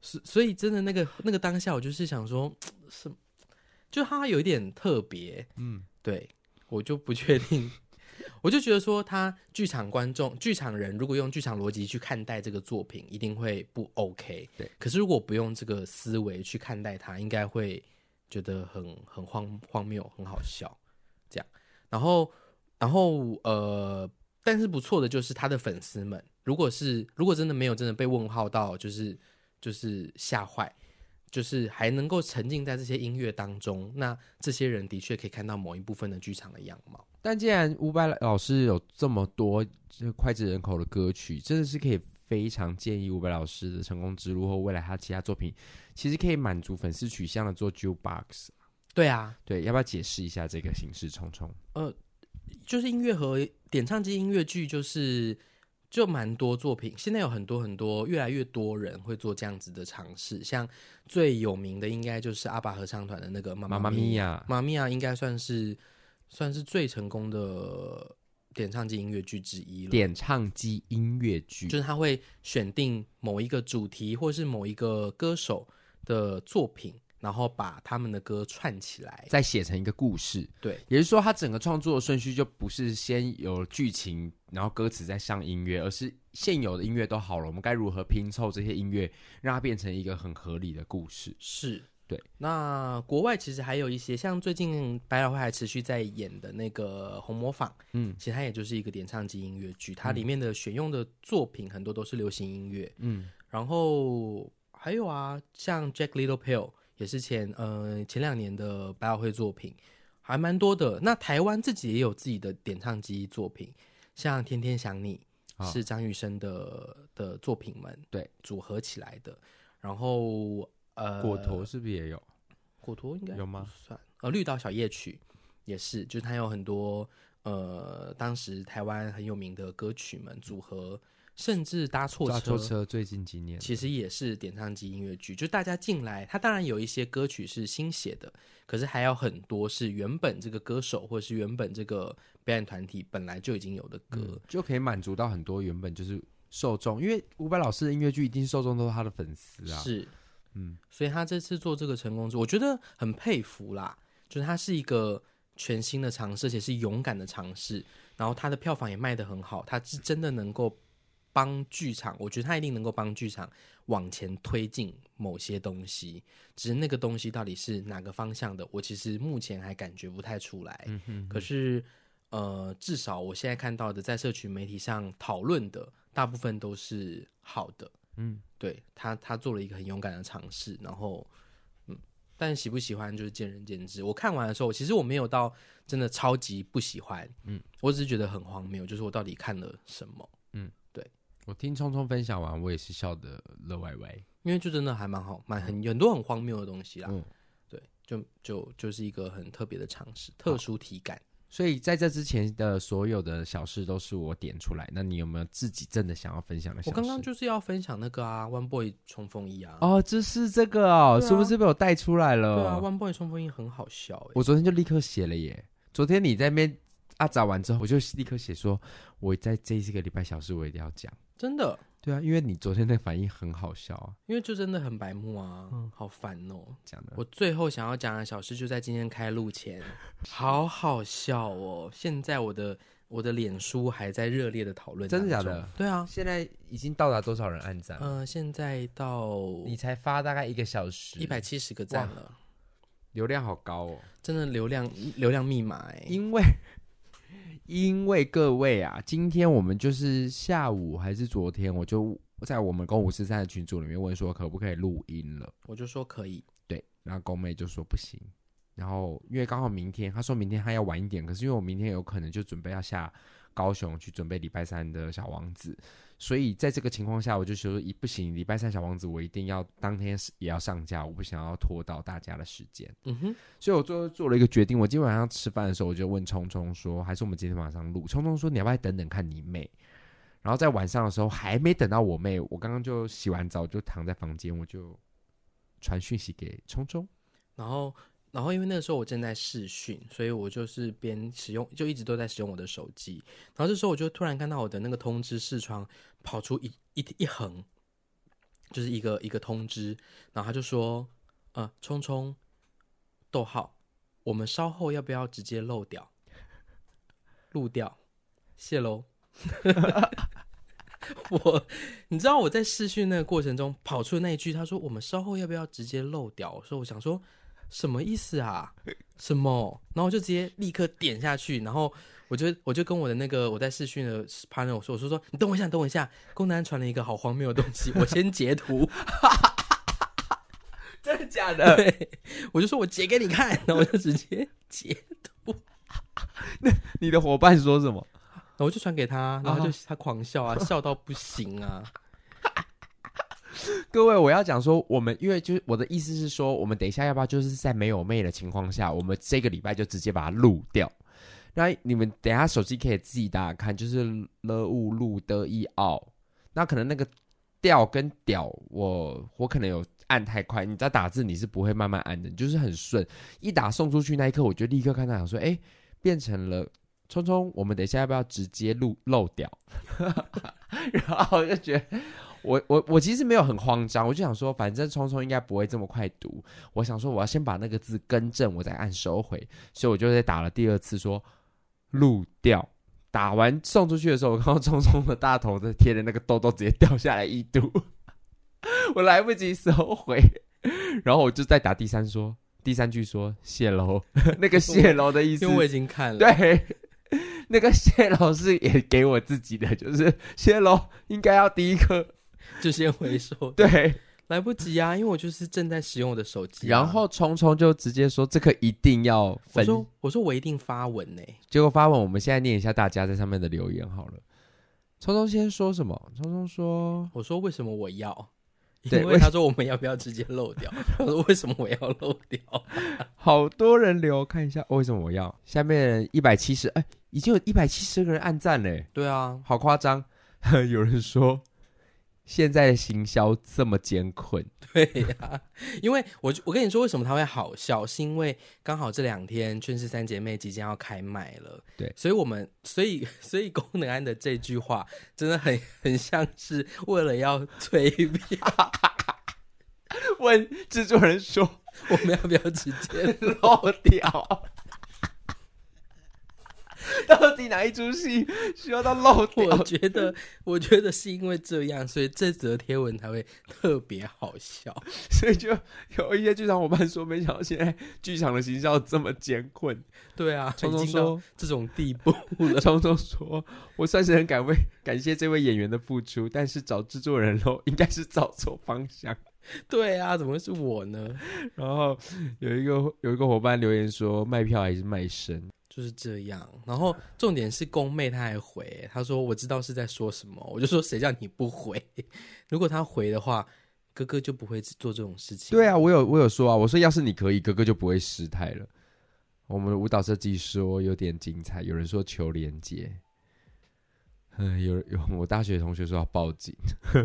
A: 所所以真的那个那个当下，我就是想说，是就他有一点特别，
B: 嗯，
A: 对我就不确定， 我就觉得说他剧场观众、剧场人如果用剧场逻辑去看待这个作品，一定会不 OK。
B: 对，
A: 可是如果不用这个思维去看待它，应该会觉得很很荒荒谬、很好笑这样。然后，然后呃，但是不错的就是他的粉丝们，如果是如果真的没有真的被问号到，就是就是吓坏，就是还能够沉浸在这些音乐当中，那这些人的确可以看到某一部分的剧场的样貌。
B: 但既然伍佰老师有这么多这脍炙人口的歌曲，真的是可以非常建议伍佰老师的成功之路或未来他其他作品，其实可以满足粉丝取向的做 Jukebox。
A: 对啊，
B: 对，要不要解释一下这个形式重重？
A: 就是音乐和点唱机音乐剧，就是就蛮多作品，现在有很多很多，越来越多人会做这样子的尝试。像最有名的应该就是阿爸合唱团的那个《妈
B: 妈妈咪
A: 呀》，
B: 呀，
A: 《妈咪呀》应该算是算是最成功的点唱机音乐剧之一了。
B: 点唱机音乐剧
A: 就，是他会选定某一个主题或是某一个歌手的作品，然后把他们的歌串起来。
B: 再写成一个故事。
A: 对，
B: 也就是说，他整个创作的顺序就不是先有剧情，然后歌词再上音乐，而是现有的音乐都好了，我们该如何拼凑这些音乐，让它变成一个很合理的故事？
A: 是，
B: 对。
A: 那国外其实还有一些，像最近百老汇还持续在演的那个《红模仿》，
B: 嗯
A: 其实它也就是一个点唱机音乐剧，它里面的选用的作品很多都是流行音乐，
B: 嗯，
A: 然后还有啊，像 Jack Little Pill 也是前呃前两年的百老汇作品，还蛮多的。那台湾自己也有自己的点唱机作品，像《天天想你
B: 啊》
A: 是张雨生的的作品们
B: 对
A: 组合起来的。然后呃，
B: 果头嗯是不是也有？
A: 果陀应该
B: 有吗？
A: 算呃，《绿岛小夜曲》也是，就是它有很多呃当时台湾很有名的歌曲们组合，甚至搭错
B: 抓错
A: 车。
B: 车最近几年，
A: 其实也是点唱机音乐剧，就大家进来，它当然有一些歌曲是新写的，可是还有很多是原本这个歌手或是原本这个表演团体本来就已经有的歌。
B: 嗯就可以满足到很多原本就是受众，因为伍佰老师的音乐剧一定受众都是他的粉丝啊。
A: 是，嗯，所以他这次做这个成功之后，我觉得很佩服啦，就是他是一个全新的尝试，而且是勇敢的尝试，然后他的票房也卖得很好，他是真的能够帮剧场，我觉得他一定能够帮剧场往前推进某些东西，只是那个东西到底是哪个方向的，我其实目前还感觉不太出来，嗯哼可是。呃，至少我现在看到的，在社群媒体上讨论的，大部分都是好的，对他，他做了一个很勇敢的尝试，然后，嗯，但喜不喜欢就是见仁见智。我看完的时候，其实我没有到真的超级不喜欢，嗯，我只是觉得很荒谬，就是我到底看了什么？
B: 我听聪聪分享完，我也是笑得乐歪歪。
A: 因为就真的还蛮好，蛮很很多很荒谬的东西啦。
B: 嗯
A: 对，就就就是一个很特别的尝试，特殊体感。
B: 所以在这之前的所有的小事都是我点出来，那你有没有自己真的想要分享的小
A: 我
B: 事？
A: 刚刚就是要分享那个啊，One Boy 冲锋衣啊，
B: 哦，就是这个哦，
A: 对啊
B: 是不是被我带出来了？
A: 对啊，One Boy 冲锋衣很好笑哎、
B: 我昨天就立刻写了耶。昨天你在那边啊找完之后，我就立刻写说，我在这一个礼拜小事我一定要讲。
A: 真的，
B: 对啊，因为你昨天的反应很好笑啊，
A: 因为就真的很白目啊，
B: 嗯
A: 好烦哦、
B: 讲的。
A: 我最后想要讲的小事就在今天开录 前，好好笑哦！现在我的我的脸书还在热烈的讨论，
B: 真的假的？
A: 对啊，
B: 现在已经到达多少人按赞？
A: 嗯、现在到
B: 你才发大概一个小时，
A: 一百七十个赞了，
B: 流量好高哦。
A: 真的流量流量密码哎、
B: 因为 因为各位啊，今天我们就是下午还是昨天，我就在我们公五十三的群组里面问说可不可以录音了，
A: 我就说可以，
B: 对，然后公妹就说不行。然后，因为刚好明天，她说明天她要晚一点，可是因为我明天有可能就准备要下高雄去准备礼拜三的小王子，所以在这个情况下，我就说一不行，礼拜三小王子我一定要当天也要上架，我不想要拖到大家的时间。
A: 嗯哼，
B: 所以我最后做了一个决定，我今天晚上吃饭的时候，我就问聪聪说，还是我们今天晚上录？聪聪说你要不要等等看你妹？然后在晚上的时候还没等到我妹，我刚刚就洗完澡就躺在房间，我就传讯息给聪聪，
A: 然后。然后因为那个时候我正在试训，所以我就是边使用，就一直都在使用我的手机。然后这时候我就突然看到我的那个通知视窗跑出一一一横，就是一个一个通知，然后他就说：“呃，聪聪，逗号，我们稍后要不要直接漏掉，录掉，谢喽。” 我，你知道我在试训那个过程中跑出那一句，他说：“我们稍后要不要直接漏掉？”我说：“我想说什么意思啊？什么？”然后我就直接立刻点下去，然后我就我就跟我的那个我在试训的 partner 我说：“我说说你等我一下，你等我一下，宫南传了一个好荒谬的东 西，我先截图。”
B: 真的假的？
A: 对，我就说我截给你看，然后我就直接截，
B: 你的伙伴说什么？
A: 然后我就传给他，然后 他就他狂笑啊，笑到不行啊。
B: 各位，我要讲说，我们因为就是我的意思是说，我们等一下要不要就是在没有妹的情况下，我们这个礼拜就直接把它录掉。那你们等一下手机可以自己打打看，就是了物录的一奥。那可能那个调跟屌，我我可能有按太快。你在打字你是不会慢慢按的，你就是很顺。一打送出去那一刻，我就立刻看到想说，哎、变成了聪聪，我们等一下要不要直接录漏掉？ 然后我就觉得。我我我其实没有很慌张，我就想说，反正聪聪应该不会这么快读。我想说，我要先把那个字更正，我再按收回。所以我就在打了第二次说录掉。打完送出去的时候，我看到聪聪的大头的贴的那个痘痘直接掉下来一度， 我来不及收回。然后我就再打第三说，第三句说谢喽，那个谢喽的 意思
A: 因为我已经看 了，
B: 对，那个谢老师也给我自己的， 就是谢喽，应该要第一个
A: 就先回收，
B: 对。
A: 来不及啊，因为我就是正在使用我的手机啊、
B: 然后聪聪就直接说这个一定要
A: 我
B: 分，
A: 说我说我一定发文呢、
B: 结果发文，我们现在念一下大家在上面的留言好了。聪聪先说什么？聪聪说
A: 我说为什么我要？
B: 对
A: 因
B: 为
A: 为他说我们要不要直接漏掉？我说为什么我要漏掉？
B: 好多人留，看一下、哦为什么我要下面一百七十，哎，已经有一百七十个人按赞嘞，
A: 对啊，
B: 好夸张。 有人说现在的行销这么艰困，
A: 对呀、因为我就我跟你说，为什么它会好笑，是因为刚好这两天《劝世三姐妹》即将要开卖了，
B: 对
A: 所以我们所以所以功能安的这句话真的很很像是为了要催逼
B: 问制作人说
A: 我们要不要直 接，
B: 漏掉。 到底哪一出戏需要到漏
A: 我觉得我觉得是因为这样，所以这则贴文才会特别好笑，
B: 所以就有一些剧场伙伴说，没想到现在剧场的形象这么艰困。
A: 对 啊，
B: 聪聪
A: 已经到
B: 说
A: 这种地步了，
B: 聪聪说：“ 我算是很感为感谢这位演员的付出，但是找制作人喽，应该是找错方向。
A: 对啊，怎么会是我呢？
B: 然后有一个有一个伙伴留言说，卖票还是卖身？
A: 就是这样。然后重点是宫妹她还回，欸她说我知道是在说什么，我就说谁叫你不回？ 如果她回的话，哥哥就不会做这种事情。
B: 对啊，我有我有说啊，我说要是你可以，哥哥就不会失态了。我们的舞蹈设计说有点精彩，有人说求连接，嗯，有有我大学同学说要报警。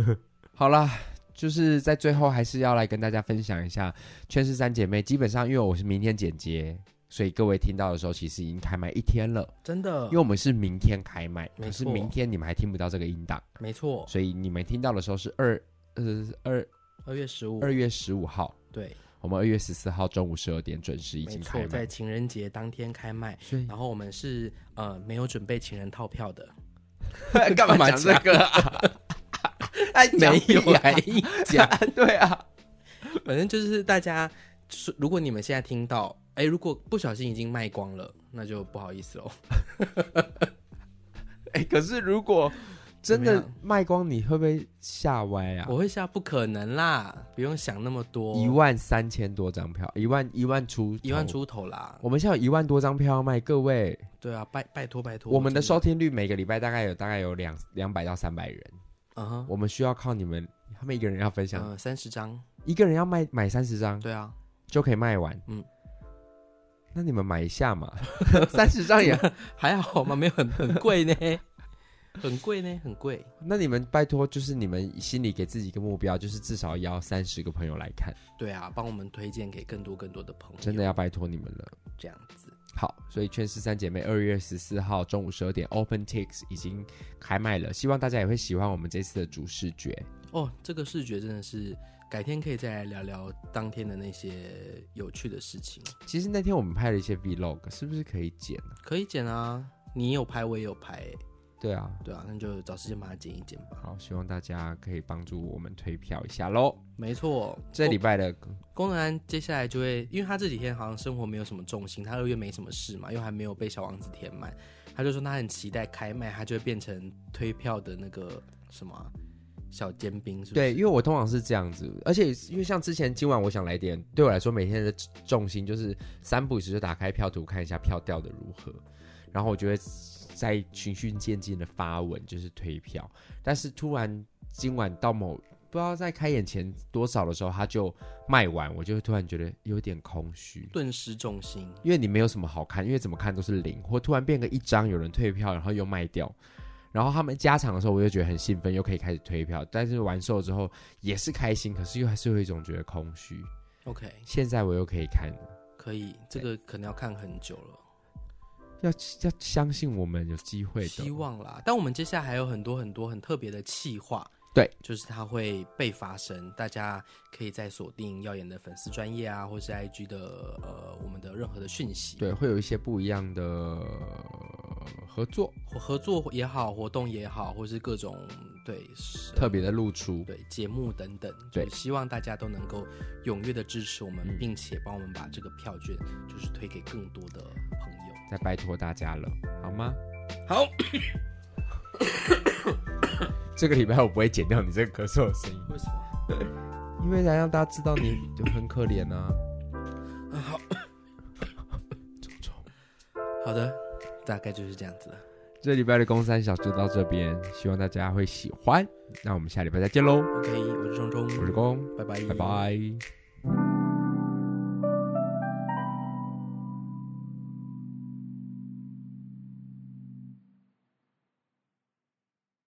B: 好啦，就是在最后还是要来跟大家分享一下《圈是三姐妹》。基本上，因为我是明天剪接，所以各位听到的时候其实已经开卖一天了，
A: 真的
B: 因为，我们是明天开卖，
A: 没
B: 可是
A: 错
B: 明天你们还听不到这个音档，
A: 没错，
B: 所以你们听到的时候是二呃二
A: 二月十五
B: 二，月十五号。
A: 对，
B: 我们二月十四号中午十二点准时已
A: 没
B: 经
A: 错
B: 开，卖
A: 在，情人节当天开卖。
B: 所以
A: 然后我们是呃没有准备情人套票的，
B: 干嘛讲这个啊？ 哎，
A: 没有
B: 来
A: 来
B: 讲， 对啊，
A: 反正就是大家，就是如果你们现在听到，哎，如果不小心已经卖光了，那就不好意思喽。
B: 哎，可是如果真
A: 怎么
B: 的
A: 样
B: 卖光，你会不会吓歪啊
A: 我？会下不可能啦，不用想那么多，
B: 一万三千多张票，一万一万出，
A: 一万。出头啦。
B: 我们现在有一万多张票要卖，各位，
A: 对啊，拜拜托拜托，
B: 我们的
A: 真
B: 收听率每个礼拜大概有大概有两两百到三百人，
A: 嗯哼
B: 我们需要靠你们，他们一个人要分享，
A: 呃三十张，
B: 一个人要卖买三十张，
A: 对啊，
B: 就可以卖完。嗯
A: 嗯，
B: 那你们买一下嘛， 三十张也。
A: 还好吗？没有很 很贵 呢，很贵呢，很贵。
B: 那你们拜托，就是你们心里给自己一个目标，就是至少要三十个朋友来看，
A: 对啊，帮我们推荐给更多更多的朋友，
B: 真的要拜托你们了。
A: 这样子。
B: 好，所以《圈十三姐妹》二月十四号中午十二点，OpenTix 已经开卖了，希望大家也会喜欢我们这次的主视觉。
A: 哦，这个视觉真的是，改天可以再来聊聊当天的那些有趣的事情，
B: 其实那天我们拍了一些 Vlog，是不是可以剪啊？
A: 可以剪啊。你有拍，我也有拍、
B: 对啊，
A: 对啊，那就找时间把它剪一剪吧。
B: 好，希望大家可以帮助我们推票一下喽。
A: 没错，
B: 这礼拜的
A: 功能安接下来就会，因为他这几天好像生活没有什么重心，他二月没什么事嘛，又还没有被小王子填满，他就说他很期待开卖，他就会变成推票的那个什么啊小尖兵，是不
B: 对，
A: 是？
B: 因为我通常是这样子，而且因为像之前今晚我想来点，对我来说每天的重心就是三不五时就打开票图看一下票掉的如何，然后我就会在循序渐进的发文，就是推票。但是突然今晚到某不知道在开演前多少的时候，它就卖完，我就会突然觉得有点空虚。
A: 顿失重心，
B: 因为你没有什么好看，因为怎么看都是零，或突然变个一张，有人退票，然后又卖掉，然后他们加场的时候，我就觉得很兴奋，又可以开始退票，但是完售之后也是开心，可是又还是会一种觉得空虚。
A: OK，
B: 现在我又可以看了，
A: 可以，这个可能要看很久了，
B: 要要相信我们有机会的，
A: 希望啦。但我们接下来还有很多很多很特别的企划，
B: 对，
A: 就是它会被发生，大家可以再锁定耀眼的粉丝专业啊，或是 IG 的呃我们的任何的讯息，
B: 对，会有一些不一样的合作，
A: 合合作也好，活动也好，或是各种对是
B: 特别的露出。
A: 对节目等等，
B: 对
A: 就是希望大家都能够踊跃的支持我们，
B: 嗯
A: 并且帮我们把这个票券就是推给更多的朋友。
B: 再拜托大家了，好吗？
A: 好，
B: 这个礼拜我不会剪掉你这个咳嗽的声音，
A: 为什么？
B: 因为来让大家知道你就很可怜啊。
A: 好，
B: 重重。
A: 好的，大概就是这样子了。
B: 这礼拜的公三小就到这边，希望大家会喜欢。那我们下礼拜再见喽！
A: OK，我是钟钟，
B: 我是公，
A: 拜拜，
B: 拜拜。